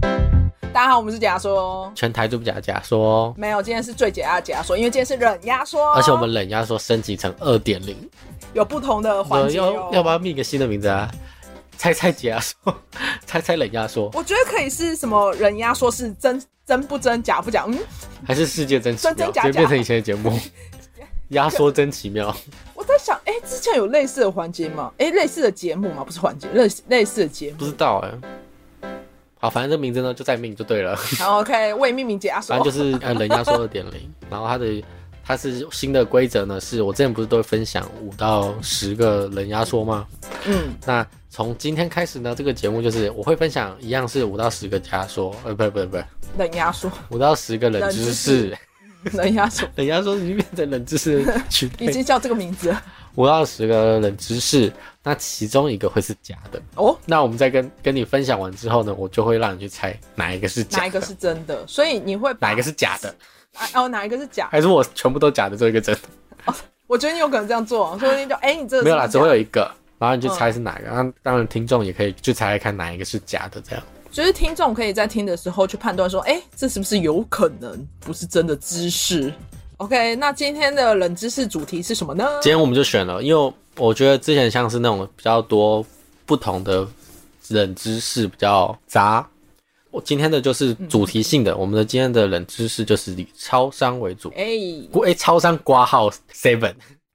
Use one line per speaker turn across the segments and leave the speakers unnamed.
大家好，我们是假说，
全台最不假的假说，
没有，今天是最解压的假说，因为今天是冷压说，
而且我们冷压说升级成二点零，
有不同的环节哦
要。要不要命一个新的名字啊？猜猜解压说， 猜猜冷压说，
我觉得可以是什么人压说是真真不真假不假，嗯，
还是世界真奇
真
妙？
真假
直接变
假
成以前的节 目，压缩真奇妙。
我在想，哎、之前有类似的环节吗？哎、类似的节目吗？不是环节，类似类似的节
不
目。
知道哎、好，反正这名字呢就在命就 对了，
好，OK，未命名解压说
反正，就是呃冷压缩二点零，然后它的它是新的规则呢，是我之前不是都会分享五到十个冷压缩吗？
嗯，
那从今天开始呢，这个节目就是我会分享一样是五到十个假说，呃，不不不，
冷压 说，
五到十个冷知识，
冷压说，
冷压说已经变成冷知识取
已
代
经叫这个名字了
五到十个冷知识，那其中一个会是假的。
哦。
那我们再跟跟你分享完之后呢，我就会让你去猜哪一个是假的，
哪一个是真的？所以你会把
哪一个是假的，
啊哦，哪一个是假？
还是我全部都假的，做一个真的？
我觉得你有可能这样做，所以你就哎、你这个
没有啦，
是
只
假哦
会有一个，然后你去猜是哪个。那、当然，听众也可以去猜猜看哪一个是假的，这样。
就是听众可以在听的时候去判断说，哎、这是不是有可能不是真的知识？OK，那今天的冷知识主题是什么呢？
今天我们就选了，因为我觉得之前像是那种比较多不同的冷知识比较杂。我今天的就是主题性的，我们的今天的冷知识就是以超商为主。
哎、
哎、超商挂号 Seven，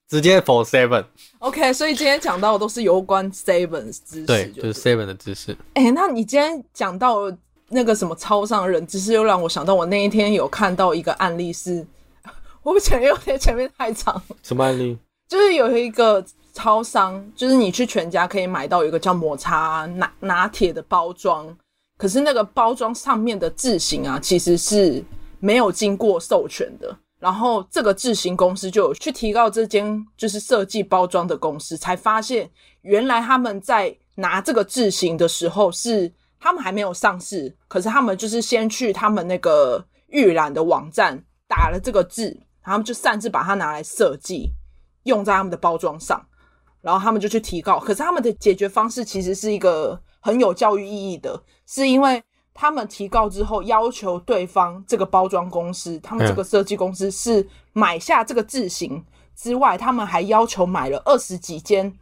直接 for Seven，
OK，所以今天讲到的都是有关 Seven 知识。
对，
就
就是 Seven 的知识。
哎、那你今天讲到那个什么超商人，只是又让我想到我那一天有看到一个案例是， 我不前面有点前面太长，
什么案例？
就是有一个超商，就是你去全家可以买到有一个叫抹茶拿拿铁的包装，可是那个包装上面的字型啊，其实是没有经过授权的。然后这个制型公司就有去提告这间就是设计包装的公司，才发现原来他们在拿这个制型的时候是他们还没有上市，可是他们就是先去他们那个预览的网站打了这个字，然后他们就擅自把它拿来设计，用在他们的包装上，然后他们就去提告。可是他们的解决方式其实是一个很有教育意义的，是因为他们提告之后要求对方这个包装公司，他们这个设计公司是买下这个字型之外，他们还要求买了二十几间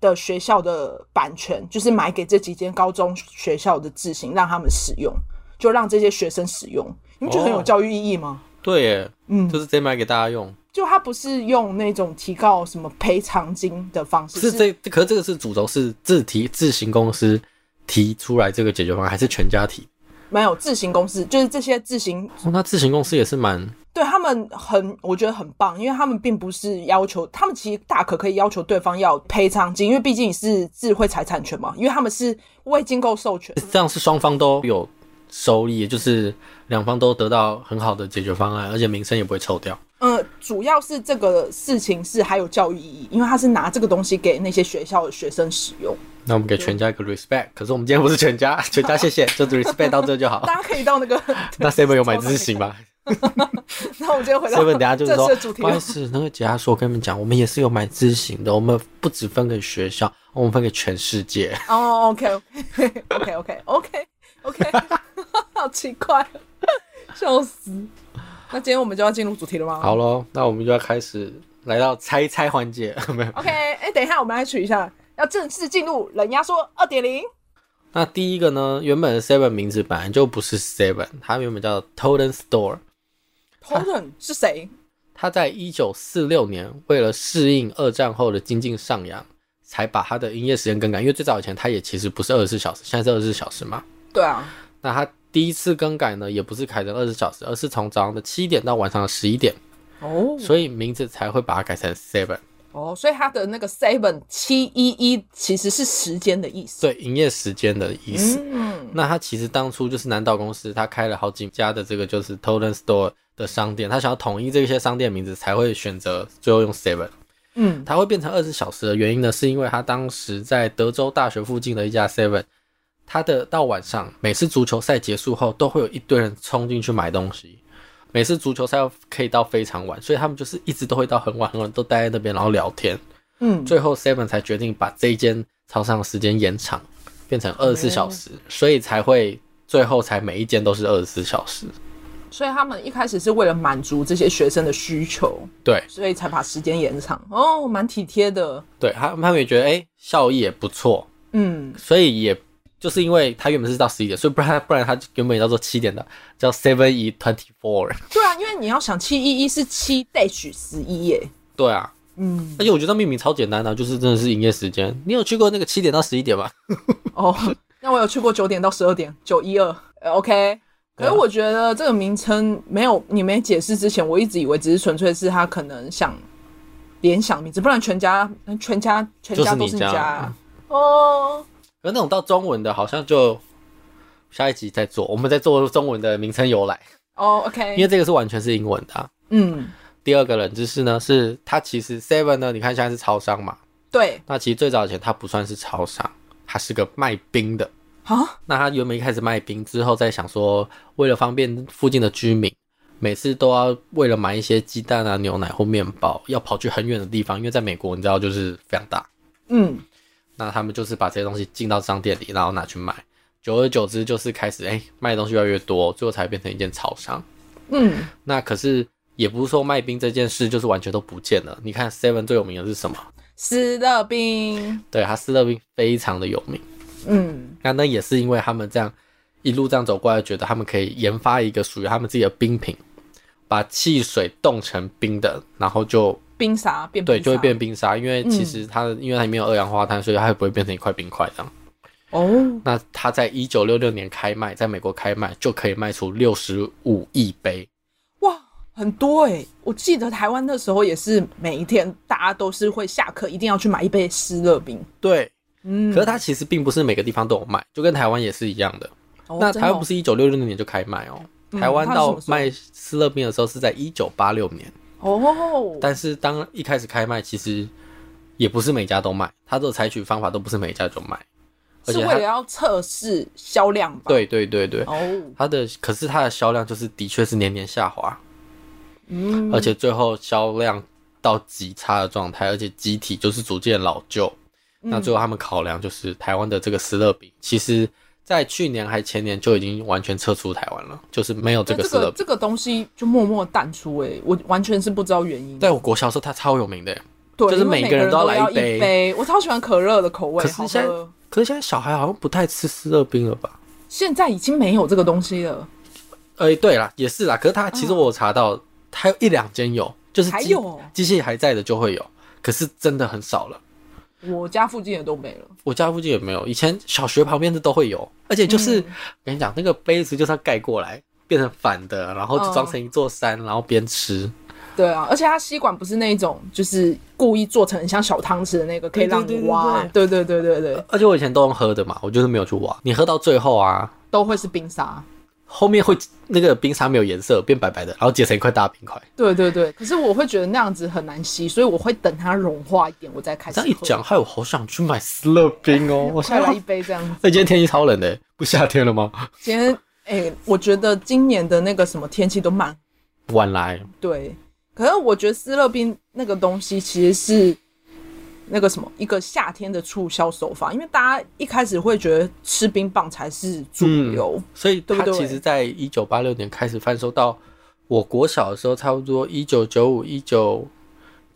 的学校的版权，就是买给这几间高中学校的字型让他们使用，就让这些学生使用。你不觉得很有
哦
教育意义吗？
对耶，
嗯
就是直接买给大家用。
就他不是用那种提告什么赔偿金的方式，
是这，可是这个是主轴是自提自行公司提出来这个解决方案，还是全家提？
没有自行公司，就是这些自行
哦，那自行公司也是蛮
对他们很，我觉得很棒，因为他们并不是要求，他们其实大可可以要求对方要赔偿金，因为毕竟你是智慧财产权嘛，因为他们是未经过授权，
这样，是双方都有收益，也就是两方都得到很好的解决方案，而且名声也不会臭掉。
呃，主要是这个事情是还有教育意义，因为他是拿这个东西给那些学校的学生使用，
那我们给全家一个 respect，可是我们今天不是全家， 全家谢谢，就 respect 到这 就好。
大家可以到那个，
那 seven 有买自行吗
那我们今天回到
？seven 等下就是
这次
说
的主，题
不好意思，那个解压说，我跟你们讲，我们也是有买自行的，我们不只分给学校，我们分给全世界。
哦，OK，OK，OK，OK，OK，好奇怪，笑死！那今天我们就要进入主题了吗？
好喽，那我们就要开始来到猜猜环节， 没有。
，OK，哎、等一下，我们来取一下，要正式进入冷压缩二点零。
那第一个呢，原本的 seven 名字本来就不是 seven，它原本叫 Totem Store。
t o t e n 是谁？
他在一九四六年为了适应二战后的经济上扬，才把他的营业时间更改。因为最早以前他也其实不是二十四小时，现在是二十四小时嘛。
对啊，
那他第一次更改呢，也不是改成二十四小时，而是从早上的七点到晚上的十一点，
哦
所以名字才会把它改成 seven。
哦，所以它的那个 seven 七一一其实是时间的意思。
对，营业时间的意思。
嗯，
那他其实当初就是南岛公司，他开了好几家的这个就是 Totem Store 的商店，他想要统一这些商店名字，才会选择最后用 Seven。
嗯，
它会变成二十小时的原因呢，是因为他当时在德州大学附近的一家 Seven，他的到晚上每次足球赛结束后，都会有一堆人冲进去买东西。每次足球赛可以到非常晚，所以他们就是一直都会到很晚很晚，都待在那边然后聊天。
嗯，
最后 Seven 才决定把这一间超商的时间延长，变成二十四小时，所以才会最后才每一间都是二十四小时。
所以他们一开始是为了满足这些学生的需求，
对
所以才把时间延长。哦，蛮体贴的。
对，他他们也觉得哎、诶效益也不错，
嗯，
所以也就是因为他原本是到十一点，所以不然不然他原本也叫做七点的，叫 Seven E Twenty Four。
对啊，因为你要想七一一是七 dash 十一耶。
对啊，
嗯，
而且我觉得命名超简单的、啊就是真的是营业时间。你有去过那个七点到十一点吗？
哦，那我有去过九点到十二点，九一二，OK。可是
对啊
我觉得这个名称没有你没解释之前，我一直以为只是纯粹是他可能想联想名字，不然全家嗯全家全家都
就是
是你
你家
家啊哦。
而那种到中文的，好像就下一集再做，我们再做中文的名称由来，
哦，OK，
因为这个是完全是英文的啊、
嗯，
第二个冷知识呢，是它其实 Seven 呢，你看现在是超商嘛，
对
那其实最早以前它不算是超商，它是个卖冰的。
啊，
那它原本一开始卖冰之后，再想说为了方便附近的居民，每次都要为了买一些鸡蛋啊、牛奶或面包，要跑去很远的地方，因为在美国你知道就是非常大，
嗯，
那他们就是把这些东西进到商店里，然后拿去卖。久而久之，就是开始哎、卖的东西越来越多，最后才变成一间超商。
嗯，
那可是也不是说卖冰这件事就是完全都不见了。你看 Seven 最有名的是什么？
斯乐冰，
对，它斯乐冰非常的有名。
嗯，
那那也是因为他们这样一路这样走过来，觉得他们可以研发一个属于他们自己的冰品，把汽水冻成冰的，然后就
冰沙变
对
冰
就会
沙嗯
变冰沙。因为其实它、因为它里面有二氧化碳，所以它也不会变成一块冰块这样。
哦，
那它在一九六六年开卖，在美国开卖就可以卖出六十五亿杯。
哇，很多哎、我记得台湾那时候也是每一天大家都是会下课一定要去买一杯斯乐冰，
对，
嗯，
可是它其实并不是每个地方都有卖，就跟台湾也是一样的。
哦
那
真的
台湾
哦
不是一九六六年就开卖哦，
嗯
台湾
它是什
到
么时候
卖斯乐冰的时候是在一九八六年，
哦，
但是当一开始开卖，其实也不是每家都卖，它这个采取方法都不是每家就卖，而
是
且
为
它
了要测试销量吧？，
对对对对，
哦，
它的可是它的销量就是的确是年年下滑，
嗯，
而且最后销量到极差的状态，而且集体就是逐渐老旧。
嗯
那最后他们考量就是台湾的这个斯乐饼，其实在去年还前年就已经完全撤出台湾了，就是没有这
那
个
这
斯乐
个
饼。
这个东西就默默淡出哎、我完全是不知道原因。
在我国小的时候，它超有名的耶。
对，
就是
因为
每
每
个人都要
要
来一
一
杯
我超喜欢可乐的口味，
可是
好
现在
喝。
可是现在小孩好像不太吃斯乐冰了吧？
现在已经没有这个东西了，
哎、对啦，也是啦。可是它其实我有查到，它有一两间有，就是
嗯还
机
有哦
机器还在的就会有，可是真的很少了。
我家附近也都没了。
我家附近也没有，以前小学旁边的都会有，而且就是、
嗯
我跟你讲，那个杯子就是要盖过来，变成反的，然后就装成一座山，然后边吃，
对啊，而且它吸管不是那一种，就是故意做成很像小汤匙的那个，可以让
对对
你
对
挖。对对对对对，
而且我以前都用喝的嘛，我就是没有去挖。你喝到最后啊，
都会是冰沙。
后面会那个冰沙没有颜色，变白白的，然后结成一块大冰块。
对对对，可是我会觉得那样子很难吸，所以我会等它融化一点，我再开始
这
喝。
样一讲，害我好想去买斯乐冰哦！我现
快
在
来一杯这样子。
那今天天气超冷的，不夏天了吗？
今天哎、我觉得今年的那个什么天气都蛮
晚来，
对，可是我觉得斯乐冰那个东西其实是那个什么一个夏天的促销手法，因为大家一开始会觉得吃冰棒才是主流，
所以
对
它
不对
其实在一九八六年开始贩售到我国小的时候，差不多一九九五、一九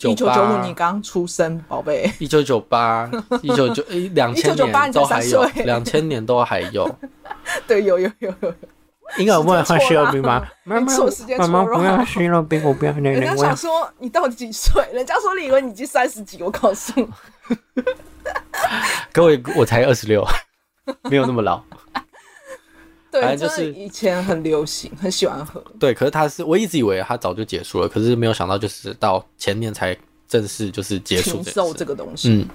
一九九
八
五、你刚刚出生，宝贝，
一九九八、一九 九一两千
1998
年
你
都
才
还
三岁
有，两千年都还有。
对，有有有有，
婴儿不能换
时
湿
间错
肉
了啊
冰吗？妈 妈
错时，间
妈
错
妈不
了
要湿肉冰，我不要那
人家
个。我
想
要
说你到底几岁？人家说你以为你已经三十几，我告诉你，
各位，我才二十 六，没有那么老。
对，
反
真
正就
的
是
以前很流行，很喜欢喝，
对，可是它是我一直以为它早就结束了，可是没有想到就是到前年才正式就是结束
禽
件
兽
事
这个东西，
嗯，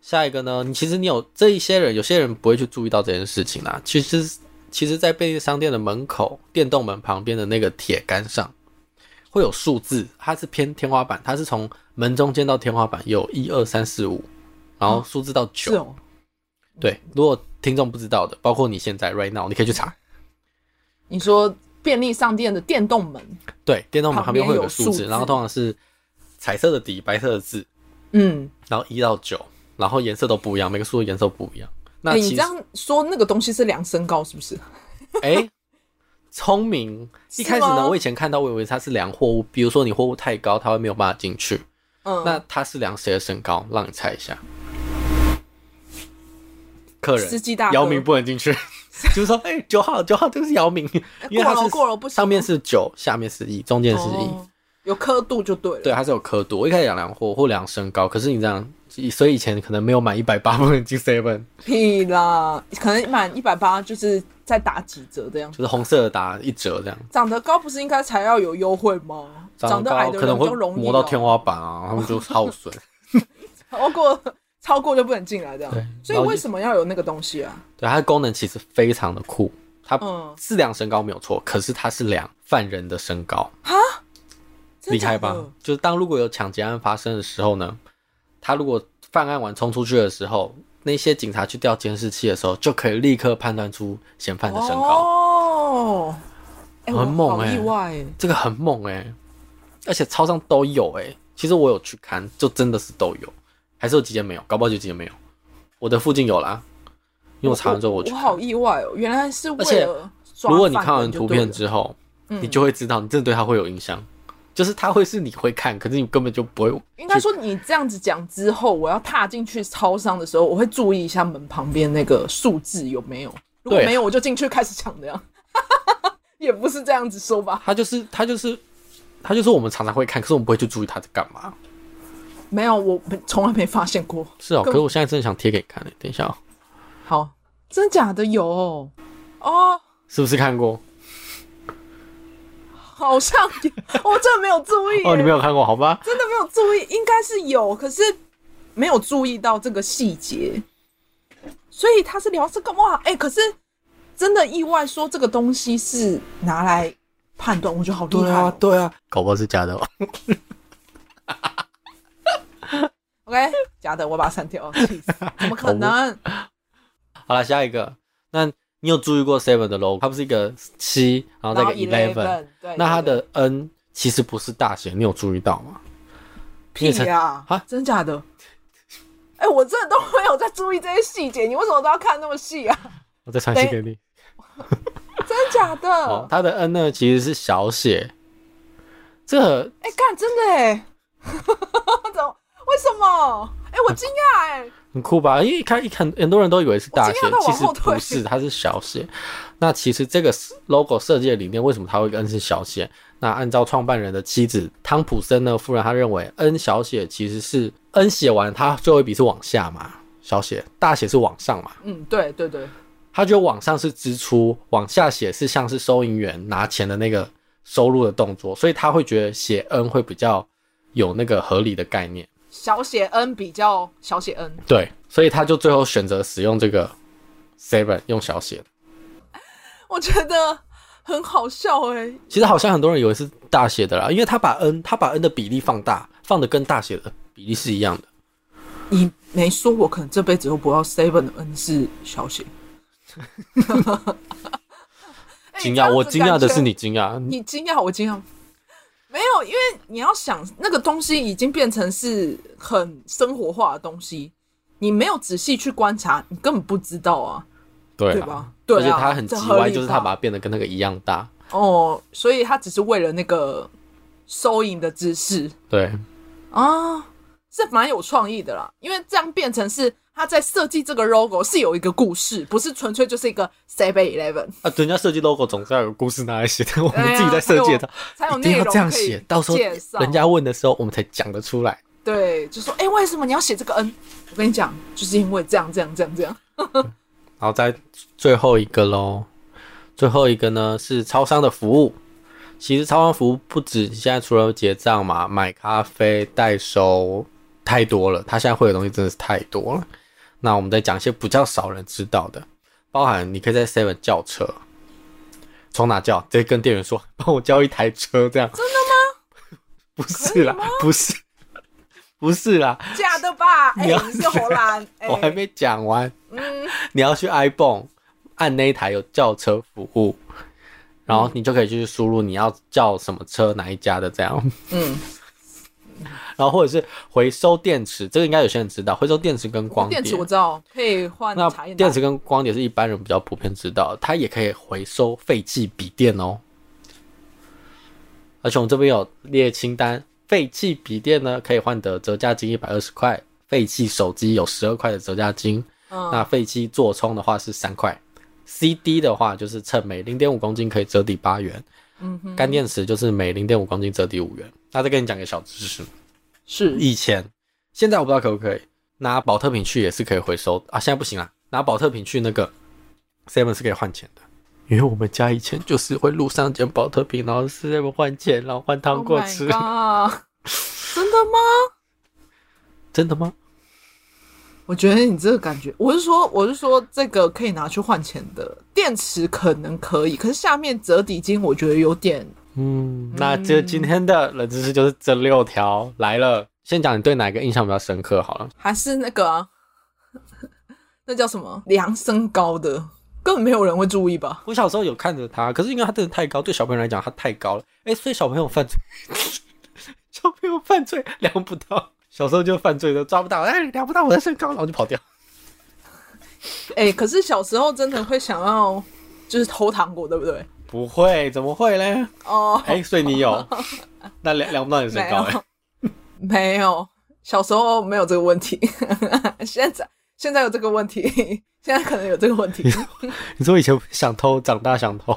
下一个呢？你其实你有这一些人，有些人不会去注意到这件事情啦。其实，其实，在便利商店的门口、电动门旁边的那个铁杆上，会有数字，它是偏天花板，它是从门中间到天花板有一二三四五，然后数字到
是
九、
哦，
对，如果听众不知道的，包括你现在 right now，你可以去查。
你说便利商店的电动门，
对，电动门旁边会有个
旁边有
数字，
数字
然后通常是彩色的底，白色的字，
嗯，
然后一到九，然后颜色都不一样，每个数的颜色都不一样。那
欸
其
你
实
这样说，那个东西是量身高是不是？
哎、聪明。
是
一开始呢，
吗
我以前看到我以为它是量货物，比如说你货物太高，它会没有办法进去。
嗯，
那它是量谁的身高？让你猜一下。客人，
司机大哥
姚明不能 进去，就是说，哎、九号，九号，这个是姚明，因
哎过
为它
了
是
过了不行
上面是九，下面是一，中间是一、
哦有刻度就对了。
对，它是啊有刻度。我一开始量量货或量身高，可是你这样，所以以前可能没有满一百八不能进 seven，
屁啦，可能满一百八就是再打几折这样。
就是红色的打一折这样。
长得高不是应该才要有优惠吗？长
长
得矮
高
的
可能
人比
会
较容易
磨到
哦
天花板啊，他们 就耗损。
超过超过就不能进来这
对
样。所以
然后就
为什么要有那个东西啊？
对，它的功能其实非常的酷，它
嗯
是量身高没有错，可是它是量犯人的身高，
真
厉
的假
害
的
吧？就是当如果有抢劫案发生的时候呢，他如果犯案完冲出去的时候，那些警察去调监视器的时候，就可以立刻判断出嫌犯的身高，
哦，哎、我
很猛
好
哎
意外哎、
这个很猛哎、而且超商都有哎、其实我有去看，就真的是都有，还是有几间没有，搞不好就有几间没有，我的附近有啦，因为我查完之后
我
去看。
好意外哦，原来是
而
为
且
了抓
如果你
犯
看完
人就
图
对
片
了嗯
之后，你就会知道，你真的对他会有印象。就是他会是你会看，可是你根本就不会。
应该说你这样子讲之后，我要踏进去超商的时候，我会注意一下门旁边那个数字有没有，如果
对
没有，我就进去开始抢这样。 也不是这样子说吧，
他就是他就是他就是我们常常会看，可是我们不会去注意他在干嘛。
没有，我从来没发现过。
是哦，
根
可
本
是我现在真的想贴给你看、欸，等一下、哦，
好，真假的有哦，哦
是不是看过？
好像有，我真的没有注意耶、
哦，你没有看过，好吧？
真的没有注意，应该是有，可是没有注意到这个细节，所以他是聊这个哇，哎、可是真的意外说这个东西是拿来判断，我觉得好厉害哦、
对啊，搞不好是假的哦。
OK，假的，我把它删 掉，气死怎么可能？
好了，下一个，那你有注意过 Seven 的 logo？它不是一个七，然后再
然后
一个 eleven，
11对，
那它的 N 其实不是大写，你有注意到吗？
屁
你也才
呀、
啊
真假的？哎、我真的都没有在注意这些细节，你为什么都要看那么细 啊？
我再传信
等
给你。
真假的，？
哦它的 N 呢其实是小写，这
哎、干，真的哎、 怎么？为什么？哎、我惊讶哎，
很酷吧？因为一看一看，很多人都以为是大写
我惊讶，到
其
往
实
后退
不是，它是小写。那其实这个 logo 设计的理念，为什么它会 N 是小写？那按照创办人的妻子汤普森呢夫人，她认为 N 小写其实是 N 写完，它最后一笔是往下嘛，小写大写是往上嘛。
嗯，对对对，
他觉得往上是支出，往下写是像是收银员拿钱的那个收入的动作，所以他会觉得写 N 会比较有那个合理的概念。
小写 n 比较小写 n，
对，所以他就最后选择使用这个 seven 用小写的。
我觉得很好笑哎、
其实好像很多人以为是大写的啦，因为他把 N 他把 N 的比例放大，放的跟大写的比例是一样的。
你没说，我可能这辈子都不知道 seven 的 n 是小写。哎
惊讶，我惊讶
这样子
的是，
感觉
你惊讶，
哎你惊讶，我惊讶。没有，因为你要想那个东西已经变成是很生活化的东西，你没有仔细去观察，你根本不知道啊。
对
对
啊
吧，对啊
而且他很
这
叽
合
歪，
理
就是他
吧
把它变得跟那个一样大。
哦，所以他只是为了那个收银的知识，
对，
啊，是蛮有创意的啦，因为这样变成是他在设计这个 logo 是有一个故事，不是纯粹就是一个 Seven Eleven
啊，人家设计 logo 总是要有故事拿来写的，我
哎
们
呀
自己在设计的。
才有
一
内
定要
容
这样
可以
写，到时候
介绍
人家问的时候，我们才讲得出来。
对，就说哎、诶为什么你要写这个 N？我跟你讲，就是因为这样这样这样这样。
然后再最后一个喽，最后一个呢是超商的服务。其实超商服务不止现在除了结账嘛，买咖啡、代收太多了，他现在会的东西真的是太多了。那我们再讲一些比较少人知道的，包含你可以在 Seven 叫车，从哪叫？直接跟店员说， 帮我叫一台车这样。真的吗？ 不是啦，不是， 不是啦，
假的吧？哎、
你要
你是荷兰，哎、
我还没讲完。
嗯，
你要去 iPhone 按那一台有轿车服务，然后你就可以去输入你要叫什么车哪一家的这样。
嗯，
然后或者是回收电池，这个应该有些人知道，回收电池跟光碟。
电池我知道可以换
那
茶叶蛋，
电池跟光碟是一般人比较普遍知道，它也可以回收废弃笔电哦。而且我们这边有列清单，废弃笔电呢可以换得折价金一百二十块，废弃手机有十二块的折价金，那
嗯，
废弃座充的话是三块，CD 的话就是称每零点五公斤可以折抵八元，
嗯哼，
干电池就是每零点五公斤折抵五元。那再跟你讲个小知识，
是
以前，现在我不知道可不可以拿保特瓶去也是可以回收的啊，现在不行啦，拿保特瓶去那个 Seven 是可以换钱的，因为我们家以前就是会路上捡保特瓶，然后是 Seven 换钱，然后换糖
Oh
果
my
吃。
God 真的吗？
真的吗？
我觉得你这个感觉，我是说，我是说，这个可以拿去换钱的电池可能可以，可是下面折抵金我觉得有点
嗯，那这今天的冷知识就是这六条来了。先讲你对哪个印象比较深刻好了。
还是那个、啊， 那叫什么量身高的，根本没有人会注意吧？
我小时候有看着它，可是因为它真的太高，对小朋友来讲它太高了。哎、所以小朋友犯罪， 小朋友犯罪量不到，小时候就犯罪都抓不到，哎、量不到我的身高，然后就跑掉。
哎、可是小时候真的会想要就是偷糖果，对不对？
不会，怎么会嘞？
哦，
哎、所以你有，那量量不到你的身
没
高、哎，
有，没有，小时候没有这个问题， 现在现在有这个问题，现在可能有这个问题。
你说以前想偷，长大想偷，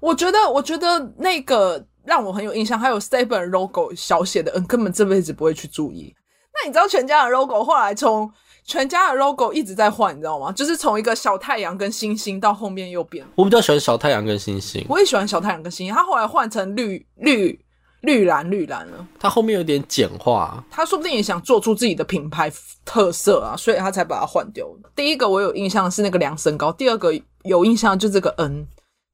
我觉得，我觉得那个让我很有印象，还有 Seven logo 小写的 n，根本这辈子不会去注意。那你知道全家的 logo 后来从全家的 logo 一直在换，你知道吗？就是从一个小太阳跟星星到后面又变。
我比较喜欢小太阳跟星星，
我也喜欢小太阳跟星星，它后来换成绿绿绿蓝绿蓝了。
它后面有点简化。
他说不定也想做出自己的品牌特色啊，所以他才把它换掉。第一个我有印象是那个量身高，第二个有印象就这个 n，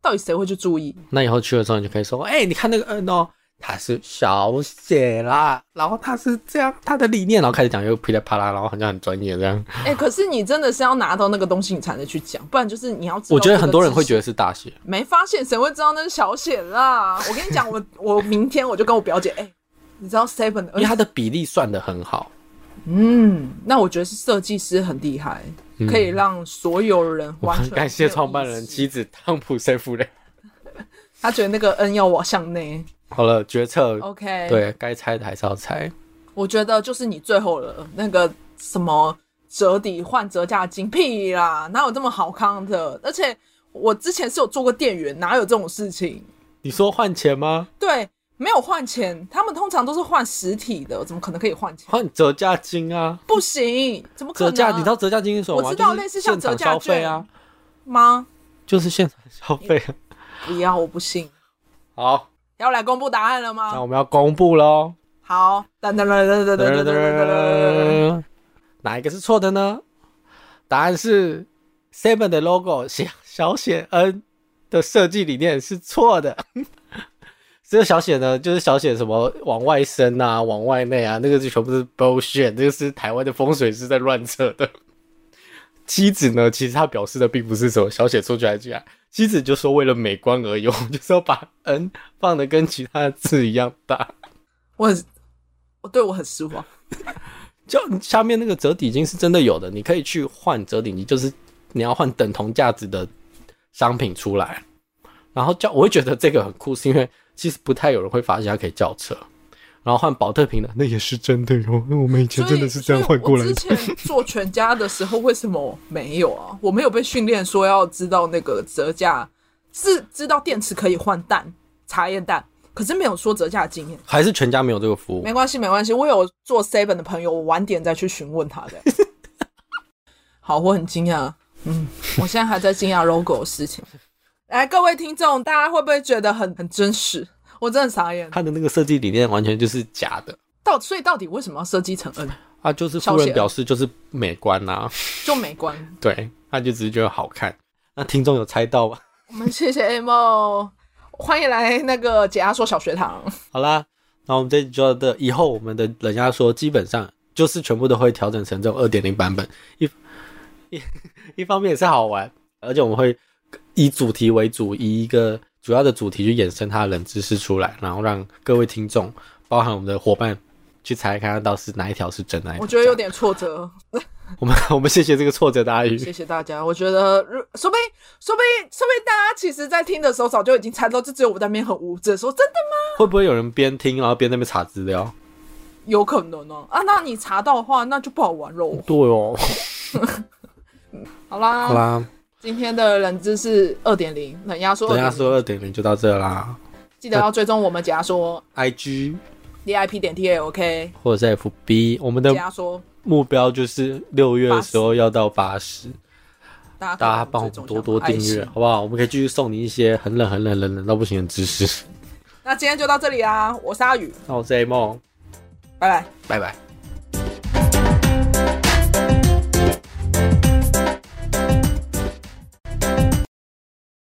到底谁会去注意？
那以后去的时候，你就可以说，哎、你看那个 N 哦，它是小写啦，然后它是这样，它的理念，然后开始讲又噼里啪啦，然后好像很专业这样。
哎、可是你真的是要拿到那个东西，你才能去讲，不然就是你要知道。
我觉得很多人会觉
得
得是大写，
没发现，谁会知道那是小写啦？我跟你讲，我我明天我就跟我表姐，哎、你知道 seven
因为它
的，
的比例算的很好。
嗯，那我觉得是设计师很厉害，可以让所有人
嗯我
完
们
全
感谢
没有
创办人
意识
妻子汤普森夫人。
他觉得那个 n 要往向内。
好了，决策
OK，，
对该猜的还是要猜。
我觉得就是你最后的那个什么折抵换折价金，屁啦，哪有这么好康的？而且我之前是有做过店员，哪有这种事情？
你说换钱吗？
对，没有换钱，他们通常都是换实体的，怎么可能可以换钱？
换折价金啊，
不行，怎么可
折
能？啊
价，你知道折价金是什么吗？
我知道
就是
类似像
现场
折价
消费啊
券，吗？
就是现场消费啊。
不要，我不信。
好，
要来公布答案了
那
吗？
我们要公布喽。
好，噔噔噔噔噔噔噔噔噔噔，
哪一个是错的呢？答案是 Seven 的 logo 写小写 n 的设计理念是错的。这个小写呢，就是小写什么往外伸啊，往外内啊，那个就全部是 bullshit，这个是台湾的风水师在乱扯的。妻子呢，其实他表示的并不是什么小写出去还居然，妻子就说为了美观而用，就是要把 n 放的跟其他的字一样大。
我很，我对我很失望。
就下面那个折抵金是真的有的，你可以去换折抵金，就是你要换等同价值的商品出来。然后叫我会觉得这个很酷，是因为其实不太有人会发现它可以叫车。然后换保特瓶的那也是真的哟，那我们以前真的是这样换过来的。
所以我之前做全家的时候，为什么没有啊？我没有被训练说要知道那个折价，是知道电池可以换蛋、茶叶蛋，可是没有说折价经验。
还是全家没有这个服务
没关系，没关系，我有做 seven 的朋友，我晚点再去询问他的。好，我很惊讶，嗯，我现在还在惊讶 logo 的事情。来，各位听众，大家会不会觉得很很真实？我真的傻眼。
它的那个设计理念完全就是假的
到所以到底为什么要设计成 N？
啊，就是
小
夫
写
人表示就是美观呐、
就没关。
对，他就只是觉得好看。那听众有猜到吗？
我们谢谢 A 梦，欢迎来那个解压缩小学堂。
好啦，那我们这集就到这。以后我们的人家说，基本上就是全部都会调整成这种二点零版本。一一一方面也是好玩，而且我们会以主题为主，以一个主要的主题去衍生它的冷知识出来，然后让各位听众包含我们的伙伴去猜，看看到是哪一条是真，哪一条
我觉得有点挫折。
我们 我们谢谢这个挫折的阿宇，
谢谢大家，我觉得如说不定，说不定，说不定大家其实在听的时候早就已经猜到，就只有我在那边很无知，说真的吗？
会不会有人边听然后边在那边查资料？
有可能哦、啊。那你查到的话，那就不好玩喽。
对哦，
好啦，
好啦，
今天的冷知识二点零，冷压缩
人家
二
说二点零就到这啦
记得要追踪我们解压缩
，IG
DIP 点 T A O K
或者是 FB，我们的
解压缩，
目标就是六月的时候要到八十，
大家
大家帮我们多多订阅，好不好？我们可以继续送你一些很冷、很冷、冷冷到不行的知识。
那今天就到这里啦，我是阿宇，
那我是 A 梦，
拜拜。
拜拜。